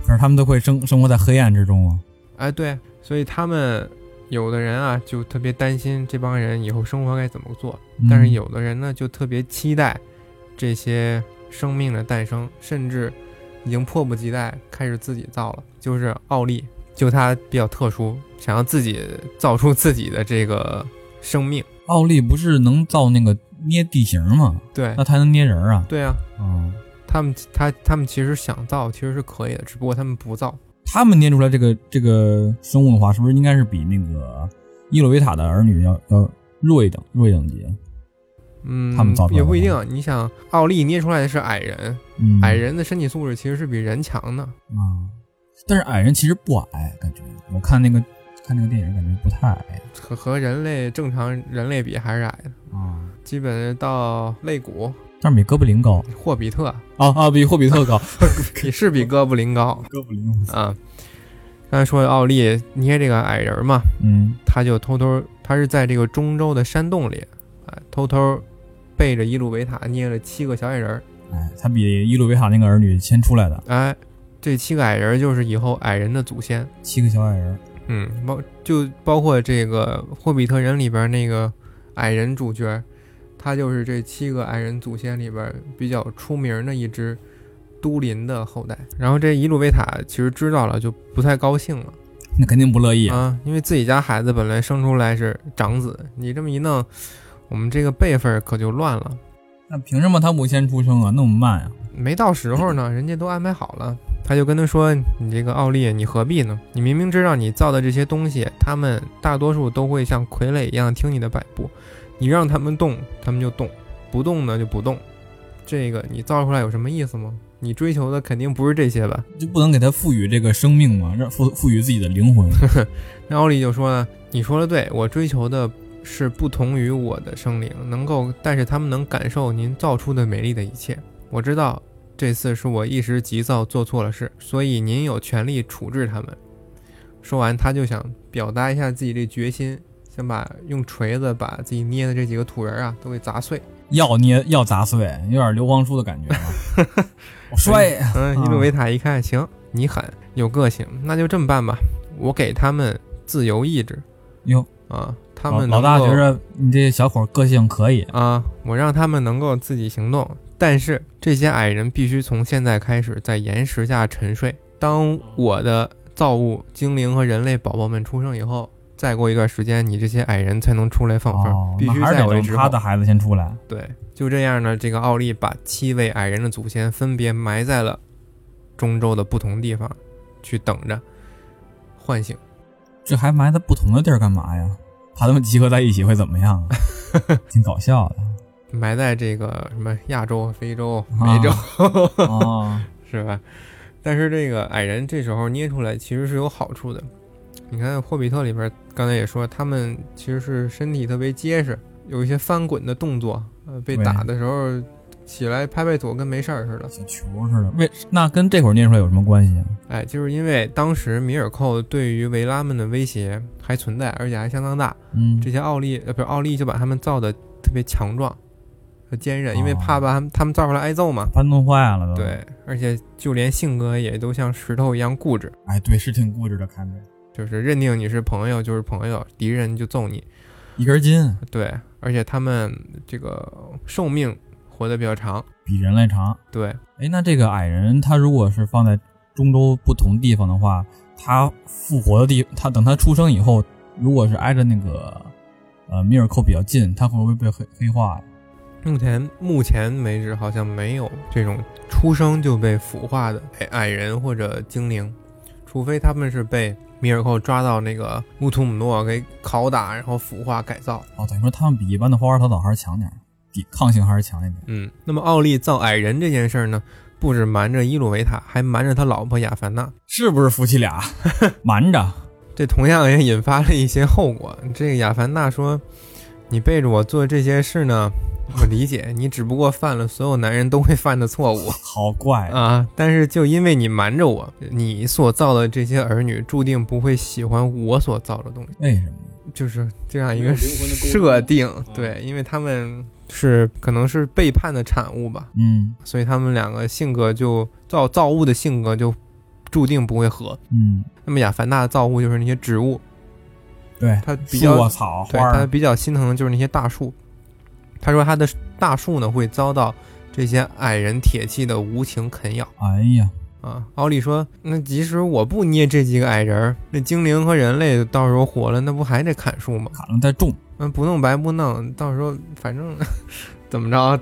B: 可是他们都会生生活在黑暗之中啊。
A: 哎，对，所以他们有的人啊，就特别担心这帮人以后生活该怎么做。
B: 嗯
A: 但是有的人呢，就特别期待这些生命的诞生，甚至已经迫不及待开始自己造了。就是奥利，就他比较特殊，想要自己造出自己的这个生命。
B: 奥利不是能造那个捏地形吗？
A: 对
B: 那，他能捏人儿啊？
A: 对啊，
B: 哦，
A: 他们他他们其实想造，其实是可以的，只不过他们不造。
B: 他们捏出来这个这个生物的话，是不是应该是比那个伊洛维塔的儿女要要弱一等弱一等级？
A: 嗯，
B: 他们造出来
A: 也
B: 的
A: 不一定。你想，奥利捏出来的是矮人，
B: 嗯，
A: 矮人的身体素质其实是比人强的。
B: 啊、但是矮人其实不矮，感觉我看那个看这个电影感觉不太矮
A: 和和人类正常人类比还是矮的，
B: 啊，
A: 基本到肋骨。
B: 但是比哥布林高
A: 霍比特
B: 啊啊，比霍比特高。
A: 也是比 哥布林高
B: 哥布林，
A: 啊。刚才说奥利捏这个矮人嘛，
B: 嗯
A: 他就偷偷，他是在这个中州的山洞里，啊，偷偷背着伊路维塔捏了七个小矮人儿。
B: 哎，他比伊鲁维塔那个儿女先出来的
A: 哎，这七个矮人儿就是以后矮人的祖先。
B: 七个小矮人，
A: 嗯，包就包括这个《霍比特人》里边那个矮人主角，他就是这七个矮人祖先里边比较出名的一只都林的后代。然后这伊路维塔其实知道了就不太高兴了
B: 那肯定不乐意。
A: 啊，因为自己家孩子本来生出来是长子，你这么一弄，我们这个辈分可就乱了。
B: 那凭什么他母先出生啊？那么慢啊？
A: 没到时候呢，人家都安排好了。他就跟他说：“你这个奥利，你何必呢？你明明知道你造的这些东西，他们大多数都会像傀儡一样听你的摆布。你让他们动，他们就动；不动呢，就不动。这个你造出来有什么意思吗？你追求的肯定不是这些吧
B: 就不能给他赋予这个生命吗？让赋赋予自己的灵 魂。？”
A: 那奥利就说呢：“你说的对，我追求的是不同于我的生灵，能够，但是他们能感受您造出的美丽的一切。我知道这次是我一时急躁做错了事，所以您有权利处置他们。说完，他就想表达一下自己这决心，想把用锤子把自己捏的这几个土人啊都给砸碎。
B: 要捏要砸碎，有点刘皇叔的感觉 了。我摔，
A: 嗯，伊路维塔一看，行，你狠，有个性，那就这么办吧。我给他们自由意志
B: 哟，
A: 啊，他
B: 老
A: 们
B: 老
A: 能
B: 大
A: 够
B: 觉着你这小伙个性可以，
A: 啊，我让他们能够自己行动，但是这些矮人必须从现在开始在岩石下沉睡。当我的造物精灵和人类宝宝们出生以后，再过一段时间，你这些矮人才能出来放风，
B: 哦，
A: 必须
B: 那还是
A: 在
B: 得
A: 我这
B: 等
A: 之
B: 他
A: 后
B: 的。孩子先出来。
A: 对，就这样呢，这个奥利把七位矮人的祖先分别埋在了中州的不同地方，去等着唤醒。
B: 这还埋在不同的地儿干嘛呀？怕他们集合在一起会怎么 样啊？挺搞笑的
A: 埋在这个什么亚洲、非洲、
B: 啊
A: 美洲，
B: 哦，
A: 是吧？但是这个矮人这时候捏出来其实是有好处的。你看《霍比特》里边，刚才也说，他们其实是身体特别结实，有一些翻滚的动作，呃，被
B: 对
A: 打的时候起来拍拍左跟没事儿似的。
B: 小球似的。为那跟这会儿捏出来有什么关系啊？
A: 哎，就是因为当时米尔寇对于维拉们的威胁还存在，而且还相当大。
B: 嗯，
A: 这些奥利呃，不是奥利就把他们造的特别强壮和坚韧，因为
B: 哦嗯
A: 怕把他们他们造出来挨揍嘛。
B: 搬弄坏了都。，
A: 对，而且就连性格也都像石头一样固执。
B: 哎，对，是挺固执的，看着
A: 就是认定你是朋友就是朋友，敌人就揍你。
B: 一根筋
A: 对，而且他们这个寿命活得比较长。
B: 比人类长。
A: 对，
B: 哎，那这个矮人他如果是放在中州不同地方的话，他复活的地，他等他出生以后，如果是挨着那个呃米尔寇比较近，他会不会被黑黑化呀？
A: 目前目前为止好像没有这种出生就被腐化的矮矮人或者精灵，除非他们是被米尔寇抓到那个乌图姆诺给拷打，然后腐化改造。
B: 哦，等于说他们比一般的花花草草还是强点儿，抵抗性还是强一点。
A: 嗯，那么奥利造矮人这件事儿呢，不止瞒着伊鲁维塔，还瞒着他老婆雅凡娜。
B: 是不是夫妻俩 瞒着？
A: 这同样也引发了一些后果。 这个亚凡娜说：“你背着我做这些事呢， 我理解，你只不过犯了所有男人都会犯的错 误
B: 好怪啊！
A: 啊。但是就因为你瞒着我，你所造的这些儿女注定不会喜欢我所造的东西，
B: 为什么？
A: 就是这样一
B: 没有
A: 个
B: 灵魂的沟通
A: 设定
B: 啊。
A: 对，因为他们是可能是背叛的产物吧，
B: 嗯
A: 所以他们两个性格就造造物的性格就注定不会合。
B: 嗯，
A: 那么亚凡娜的造物就是那些植物，
B: 对，
A: 它比
B: 树
A: 较
B: 啊草
A: 对
B: 花
A: 他
B: 儿，
A: 比较心疼的就是那些大树。他说他的大树呢会遭到这些矮人铁器的无情啃咬
B: 哎呀，
A: 啊。奥利说，那即使我不捏这几个矮人儿，那精灵和人类到时候活了，那不还得砍树吗？
B: 砍了再种，
A: 那不弄白不弄，到时候反正 怎么着，啊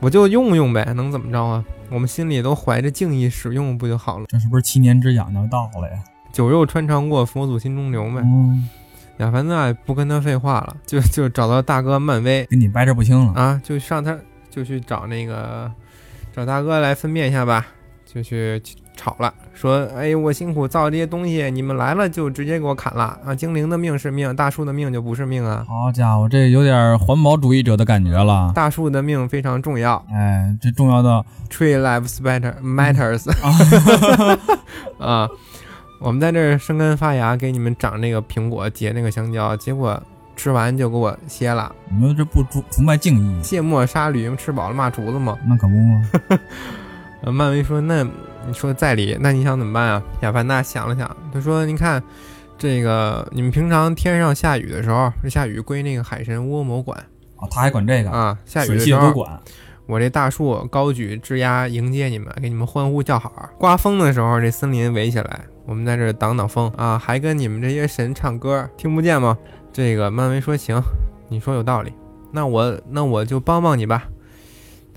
A: 我就用用呗，能怎么着啊？我们心里都怀着敬意使用不就好了？
B: 这是不是七年之痒就到了呀？
A: 酒肉穿肠过，佛祖心中留呗。
B: 嗯，
A: 亚凡娜也啊不跟他废话了，就就找到大哥漫威，
B: 跟你掰扯不清了。
A: 啊，就上他就去找那个找大哥来分辨一下吧，就去吵了，说：“哎，我辛苦造这些东西，你们来了就直接给我砍了啊！精灵的命是命，大树的命就不是命啊！
B: 好家伙，这有点环保主义者的感觉了。
A: 大树的命非常重要
B: 哎，这重要的啊，
A: ，Tree lives matter matters 啊！我们在这儿生根发芽，给你们长那个苹果，结那个香蕉，结果吃完就给我歇了，
B: 你们这不崇崇拜敬意，
A: 卸磨杀驴，吃饱了骂厨子嘛。”
B: 那可 不嘛。
A: 呃，漫威说：“那你说在理，那你想怎么办啊？”亚凡达想了想，他说：“您看，这个你们平常天上下雨的时候，这下雨归那个海神乌魔管
B: 啊，他还管这个，
A: 啊。下雨
B: 水
A: 的
B: 系
A: 时
B: 都
A: 候，
B: 管。
A: 我这大树高举枝桠迎接你们，给你们欢呼叫好。刮风的时候，这森林围起来，我们在这儿挡挡风啊，还跟你们这些神唱歌，听不见吗？”这个漫威说：“行，你说有道理，那我那我就帮帮你吧。”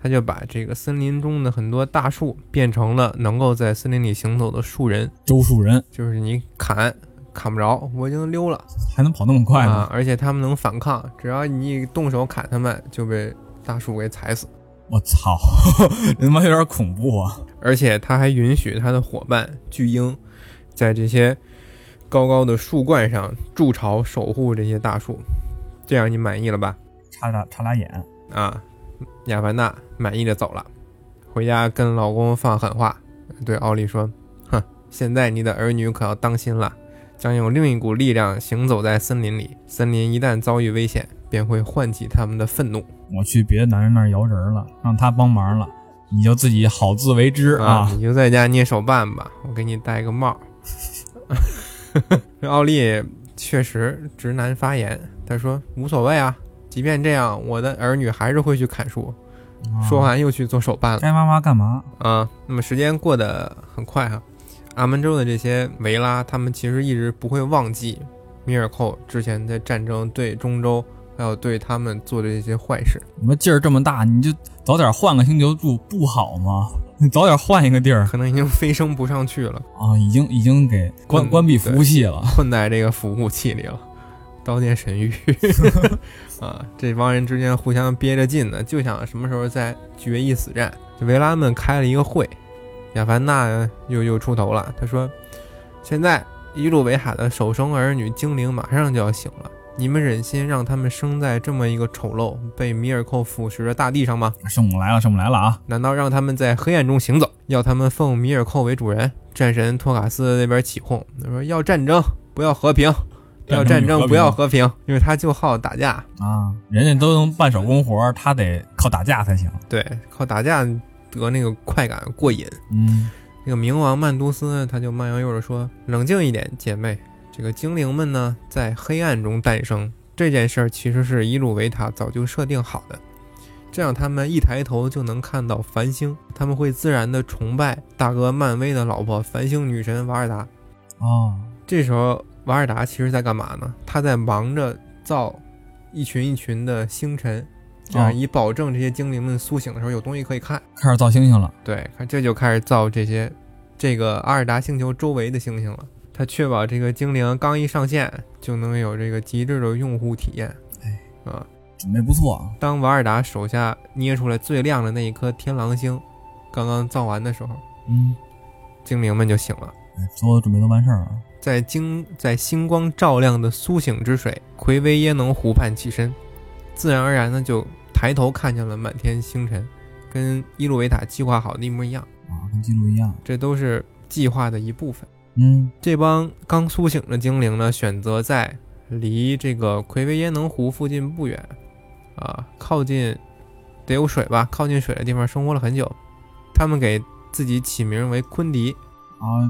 A: 他就把这个森林中的很多大树变成了能够在森林里行走的树人，
B: 周树人
A: 就是你砍砍不着，我已经溜了
B: 还能跑那么快呢？
A: 啊！而且他们能反抗，只要你动手砍他们，就被大树给踩死。
B: 我操， 他妈有点恐怖啊！
A: 而且他还允许他的伙伴巨鹰在这些高高的树冠上筑巢，守护这些大树。这样你满意了吧？
B: 插俩插俩眼，
A: 啊，亚凡达满意的走了，回家跟老公放狠话，对奥利说：“哼，现在你的儿女可要当心了，将有另一股力量行走在森林里，森林一旦遭遇危险，便会唤起他们的愤怒
B: 我去别的男人那儿摇人了，让他帮忙了，你就自己好自为之啊！
A: 你就在家捏手办吧，我给你戴个帽儿。” 这奥利确实直男发言，他说：“无所谓啊，即便这样，我的儿女还是会去砍树。”说
B: 啊
A: 完又去做手办了。
B: 该妈妈干嘛？
A: 啊，那么时间过得很快哈。阿门州的这些维拉，他们其实一直不会忘记米尔寇之前在战争对中州，还有对他们做的这些坏事。
B: 你说劲儿这么大，你就早点换个星球住不好吗？你早点换一个地儿
A: 可能已经飞升不上去了，
B: 啊！已经已经给关
A: 嗯
B: 关闭服务器了，
A: 困在这个服务器里了。 刀剑神域啊，这帮人之间互相憋着劲呢，就想什么时候再决一死战。这维拉们开了一个会，亚凡纳又又出头了，他说：“现在伊路维海的首生儿女精灵马上就要醒了，你们忍心让他们生在这么一个丑陋、被米尔寇腐蚀的大地上吗？
B: 圣母来了，圣母来了啊！
A: 难道让他们在黑暗中行走，要他们奉米尔寇为主人？战神托卡斯那边起哄，他说要战争，不要和平，要战争不要和平，因为他就好打架，
B: 啊！人家都能办手工活儿，他得靠打架才行。
A: 对，靠打架得那个快感过瘾。
B: 嗯，
A: 那个冥王曼都斯他就慢悠悠地说：“冷静一点，姐妹，这个精灵们呢，在黑暗中诞生这件事儿，其实是伊路维塔早就设定好的，这样他们一抬头就能看到繁星，他们会自然地崇拜大哥漫威的老婆繁星女神瓦尔达。
B: 哦，
A: 这时候，瓦尔达其实在干嘛呢？他在忙着造一群一群的星辰，这
B: 哦
A: 样以保证这些精灵们苏醒的时候有东西可以看。”
B: 开始造星星了。
A: 对，看这就开始造这些这个阿尔达星球周围的星星了。它确保这个精灵刚一上线就能有这个极致的用户体验。
B: 哎，
A: 啊，
B: 准备不错啊，
A: 当瓦尔达手下捏出来最亮的那一颗天狼星，刚刚造完的时候，
B: 嗯，
A: 精灵们就醒了。
B: 哎所有的准备都完事儿了。
A: 在精在星光照亮的苏醒之水，奎维耶能湖畔起身，自然而然的就抬头看见了满天星辰，跟伊路维塔计划好的一模一样，
B: 啊，跟记录一样。
A: 这都是计划的一部分。
B: 嗯，
A: 这帮刚苏醒的精灵呢，选择在离这个魁维耶能湖附近不远，啊，靠近得有水吧，靠近水的地方生活了很久。他们给自己起名为昆迪，
B: 啊，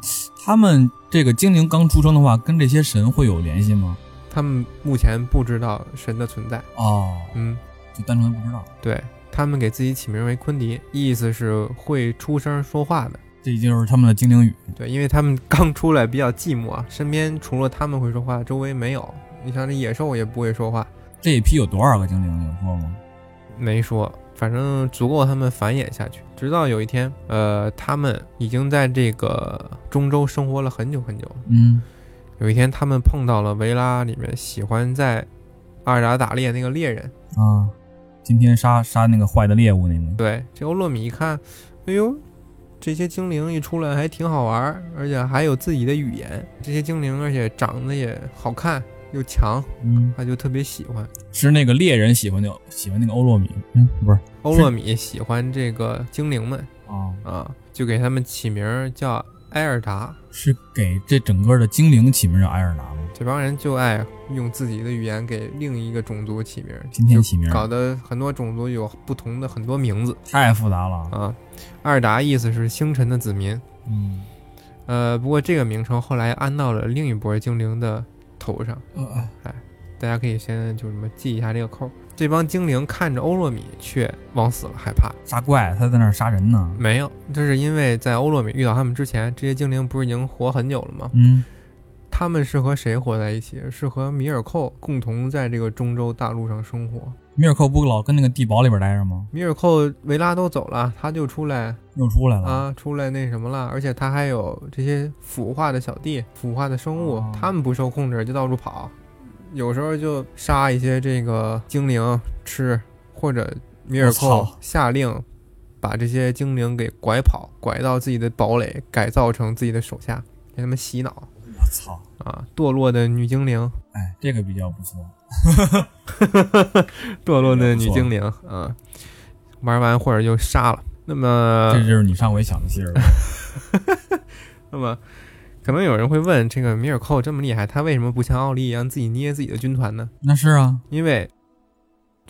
B: 他们这个精灵刚出生的话，跟这些神会有联系吗？
A: 他们目前不知道神的存在。
B: 哦，
A: 嗯，
B: 就单纯不知道。
A: 对他们给自己起名为昆迪，意思是会出声说话的。
B: 这就是他们的精灵语。
A: 对，因为他们刚出来比较寂寞啊，身边除了他们会说话，周围没有。你像这野兽也不会说话，
B: 这一批有多少个精灵？有说吗？
A: 没说，反正足够他们繁衍下去。直到有一天，呃，他们已经在这个中州生活了很久很久了。
B: 嗯，
A: 有一天，他们碰到了维拉里面喜欢在阿尔达打猎那个猎人。
B: 啊，今天杀杀那个坏的猎物那个。
A: 对，这欧洛米一看，哎呦，这些精灵一出来还挺好玩儿，而且还有自己的语言。这些精灵而且长得也好看又强，
B: 嗯，
A: 他就特别喜欢。
B: 是那个猎人喜欢那喜欢那个欧洛米，嗯，不是
A: 欧洛米喜欢这个精灵们
B: 啊，
A: 啊，就给他们起名儿叫埃尔达。
B: 是给这整个的精灵起名叫埃尔达吗？
A: 这帮人就爱用自己的语言给另一个种族起名儿，
B: 今天起名
A: 就搞得很多种族有不同的很多名字
B: 太复杂了，
A: 啊。埃尔达意思是星辰的子民，
B: 嗯，
A: 呃，不过这个名称后来安到了另一波精灵的头上，
B: 呃，
A: 大家可以先就什么记一下这个扣儿。这帮精灵看着欧洛米，却往死了害怕。
B: 杀怪他在那儿杀人呢，
A: 没有，这是因为在欧洛米遇到他们之前，这些精灵不是已经活很久了吗？
B: 嗯，
A: 他们是和谁活在一起？是和米尔寇共同在这个中州大陆上生活。
B: 米尔寇不老跟那个地堡里边待着吗？
A: 米尔寇维拉都走了，他就出来
B: 又出来了，
A: 啊，出来那什么了，而且他还有这些腐化的小弟、腐化的生物
B: 哦，
A: 他们不受控制就到处跑，有时候就杀一些这个精灵吃，或者米尔
B: 我
A: 寇
B: 操
A: 下令把这些精灵给拐跑，拐到自己的堡垒，改造成自己的手下，给他们洗脑
B: 我操，
A: 啊，堕落的女精灵，
B: 哎，这个比较不错，
A: 堕落的女精灵啊，玩完或者就杀了。那么
B: 这就是你上回想的戏儿了，
A: 那么，可能有人会问，这个米尔寇这么厉害，他为什么不像奥利一样自己捏自己的军团呢？
B: 那是啊，
A: 因为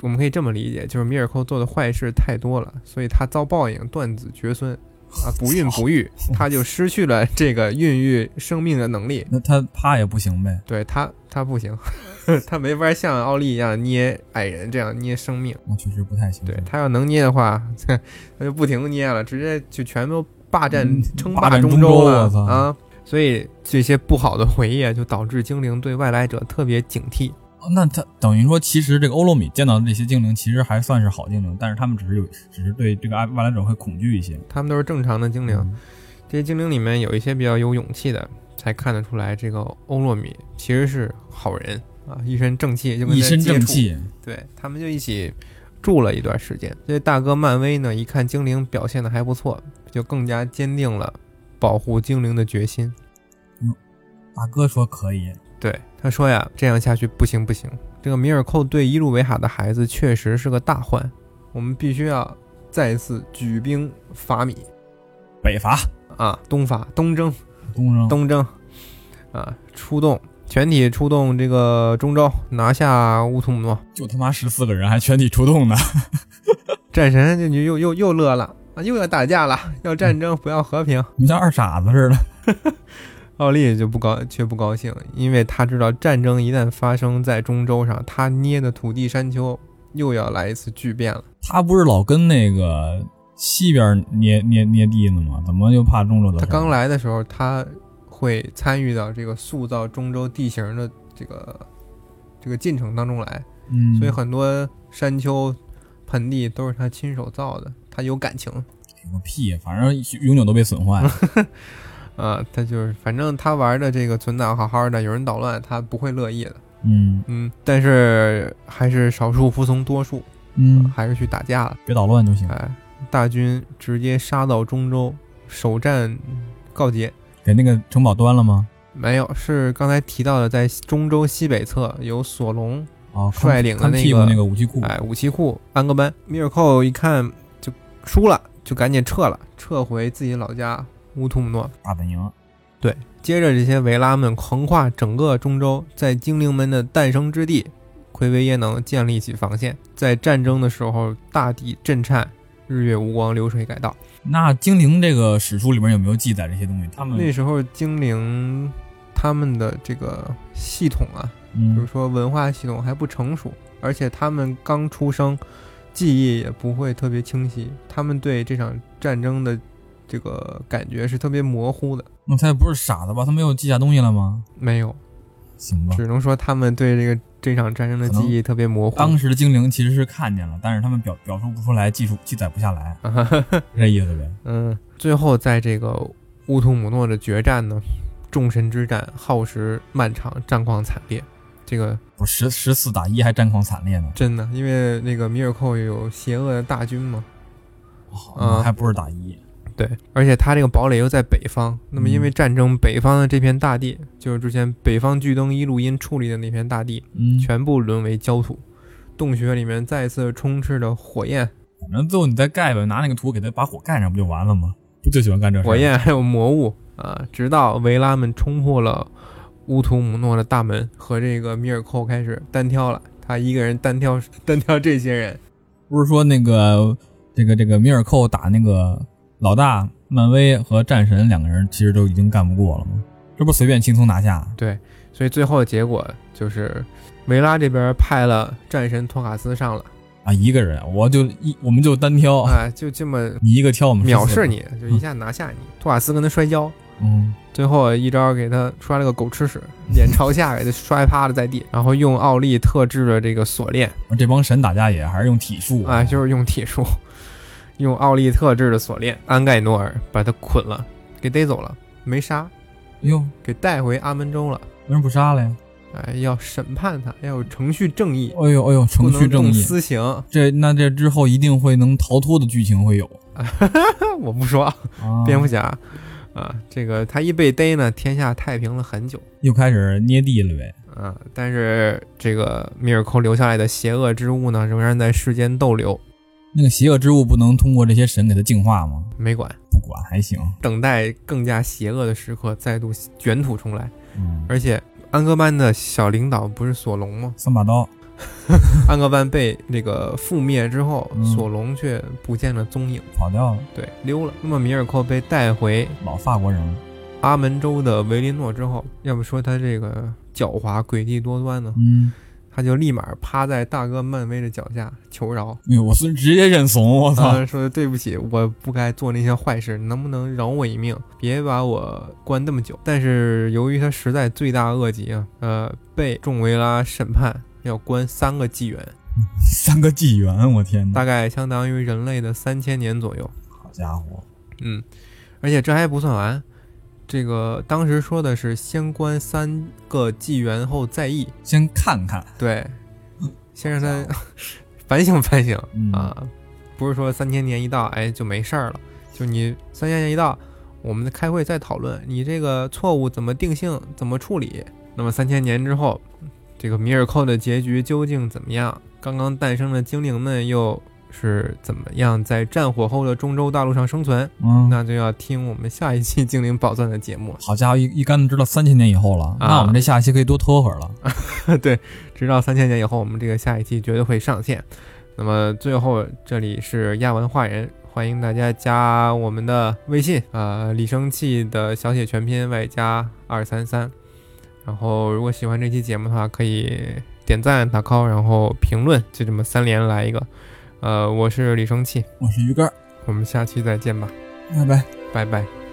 A: 我们可以这么理解，就是米尔寇做的坏事太多了，所以他遭报应，断子绝孙啊，不孕不育，他就失去了这个孕育生命的能力。
B: 那他怕也不行呗，
A: 对他，他不行， 他没法像奥利一样捏矮人，这样捏生命。
B: 那确实不太行，
A: 对他要能捏的话， 他就不停地捏了，直接就全都霸占、
B: 嗯
A: 称
B: 霸占
A: 中
B: 中州
A: 了
B: 我操
A: 啊！所以这些不好的回忆啊，就导致精灵对外来者特别警惕。
B: 哦那他等于说，其实这个欧洛米见到的这些精灵，其实还算是好精灵，但是他们只是有，只是对这个外来者会恐惧一些。
A: 他们都是正常的精灵，
B: 嗯
A: 这些精灵里面有一些比较有勇气的，才看得出来这个欧洛米其实是好人啊，一身正气，就
B: 嗯
A: 跟
B: 一
A: 他
B: 身
A: 接
B: 正
A: 触。
B: 气，
A: 对他们就一起住了一段时间。这大哥漫威呢，一看精灵表现的还不错，就更加坚定了保护精灵的决心。
B: 大哥说可以，
A: 对，他说呀，这样下去不行不行，这个米尔寇对伊路维卡的孩子确实是个大患，我们必须要再次举兵伐米
B: 北伐
A: 啊，东伐东征
B: 东征
A: 东征啊，出动全体出动这个中州，拿下乌图姆诺。
B: 就他妈十四个人，还全体出动呢。
A: 战神这就又又又乐了啊，又要打架了，要战争不要和平。
B: 你像二傻子似的。
A: 奥利就不高却不高兴，因为他知道战争一旦发生在中州上，他捏的土地山丘又要来一次巨变了。
B: 他不是老跟那个西边捏捏捏地呢吗？怎么又怕中州的事
A: 他
B: 儿？
A: 刚来的时候，他会参与到这个塑造中州地形的这个这个进程当中来，
B: 嗯，
A: 所以很多山丘、盆地都是他亲手造的，他有感情。
B: 有个屁，反正永久都被损坏了。
A: 啊，他就是，反正他玩的这个存档好好的，有人捣乱，他不会乐意的。
B: 嗯
A: 嗯，但是还是少数服从多数，
B: 嗯，
A: 还是去打架了。
B: 别捣乱就行，
A: 哎，大军直接杀到中州，首战告捷。
B: 给那个城堡端了吗？
A: 没有，是刚才提到的，在中州西北侧有索隆，
B: 哦，看
A: 率领的
B: 看
A: 那
B: 屁股
A: 个
B: 那个武器库，
A: 哎，武器库安格班。米尔寇一看就输了，就赶紧撤了，撤回自己老家乌图姆诺。
B: 大本营。
A: 接着，这些维拉们横跨整个中州，在精灵们的诞生之地奎维耶能建立起防线。在战争的时候，大地震颤，日月无光，流水改道。
B: 那精灵这个史书里面有没有记载这些东西？他们
A: 那时候精灵他们的这个系统啊，比如
B: 嗯，
A: 说文化系统还不成熟，而且他们刚出生，记忆也不会特别清晰，他们对这场战争的这个感觉是特别模糊的。
B: 那他也不是傻子吧？他没有记下东西了吗？
A: 没有，
B: 行吧，
A: 只能说他们对这个这场战争的记忆特别模糊。
B: 当时的精灵其实是看见了，但是他们表表述不出来，记述记载不下来，是这意思呗？
A: 嗯，最后在这个乌图姆诺的决战呢，众神之战耗时漫长，战况惨烈。这个
B: 不是十十四打一还战况惨烈呢，
A: 真的，因为那个米尔寇有邪恶的大军嘛，
B: 哦
A: 嗯
B: 还不是打一，
A: 对，而且它这个堡垒又在北方，那么因为战争，北方的这片大地，就是之前北方巨灯一录音处理的那片大地，
B: 嗯，
A: 全部沦为焦土，洞穴里面再次充斥着火焰、
B: 反正最后你再盖呗，拿那个图给它把火盖上不就完了吗？不就喜欢干这事儿？
A: 火焰还有魔物啊！直到维拉们冲破了乌图姆诺的大门，和这个米尔寇开始单挑了。他一个人单挑单挑这些人，
B: 不是说那个这个这个米尔寇打那个老大漫威和战神两个人，其实都已经干不过了吗？这不随便轻松拿下？
A: 所以最后的结果就是维拉这边派了战神托卡斯上了
B: 啊，一个人我就一我们就单挑，
A: 啊，就这么
B: 你一个挑我们
A: 藐
B: 十四个
A: 视，你，就一下拿下你。托卡斯跟他摔跤，
B: 嗯，
A: 最后一招给他摔了个狗吃屎，脸朝下给他摔趴了在地，然后用奥利特制的这个锁链
B: 这帮神打架也还是用体术
A: 啊，就是用铁术， 用奥利特制的锁链安盖诺尔把他捆了，给逮走了，没杀，
B: 哟，
A: 给带回阿门州了。
B: 为什么不杀了呀？
A: 哎，要审判他，要有程序正义，
B: 哎呦哎呦，程
A: 不
B: 序
A: 能
B: 正
A: 动
B: 义，
A: 私刑。
B: 这那这之后一定会能逃脱的剧情会有。
A: 我不说，
B: 啊
A: 蝙蝠侠啊，这个他一被逮呢，天下太平了很久。
B: 又开始捏地了呗？
A: 啊，但是这个米尔寇留下来的邪恶之物呢，仍然在世间逗留，
B: 那个邪恶之物不能通过这些神给它净化吗？
A: 没管，
B: 不管还行，
A: 等待更加邪恶的时刻再度卷土重来。
B: 嗯，？
A: 而且安格班的小领导不是索隆吗
B: 三把刀，
A: 安格班被那个覆灭之后，
B: 嗯
A: 索隆却不见了踪影，
B: 跑掉了，
A: 对，溜了。那么米尔寇被带回
B: 老法国人了。
A: 阿门州的维林诺之后，要不说他这个狡猾、诡计多端呢，
B: 嗯，
A: 他就立马趴在大哥漫威的脚下求饶。
B: 哎呦，我是直接认 怂，我操！
A: 他说：“对不起，我不该做那些坏事，能不能饶我一命？别把我关那么久。”但是由于他实在罪大恶极啊，呃，被众维拉审判，要关三个纪元，
B: 三个纪元，我天哪！
A: 大概相当于人类的三千年左右。
B: 好家伙，
A: 嗯，而且这还不算完，这个当时说的是先关三个纪元后再议，
B: 先看看，
A: 对，先让他 反省反省。
B: 嗯，
A: 啊，不是说三千年一到，哎就没事儿了，就你三千年一到，我们开会再讨论你这个错误怎么定性，怎么处理。那么三千年之后，这个米尔寇的结局究竟怎么样？刚刚诞生的精灵们又是怎么样在战火后的中州大陆上生存？
B: 嗯，
A: 那就要听我们下一期精灵宝藏的节目了。
B: 好家伙，一一竿子知道三千年以后了，
A: 啊
B: 那我们这下期可以多拖会儿了。
A: 对，直到三千年以后，我们这个下一期绝对会上线。那么最后，这里是亚文化人，欢迎大家加我们的微信，呃，李生气的小写全拼外加二三三。然后，如果喜欢这期节目的话，可以点赞、打 call，然后评论，就这么三连来一个。呃，我是李生气，
B: 我是鱼竿儿，
A: 我们下期再见吧，
B: 拜拜。
A: 拜拜。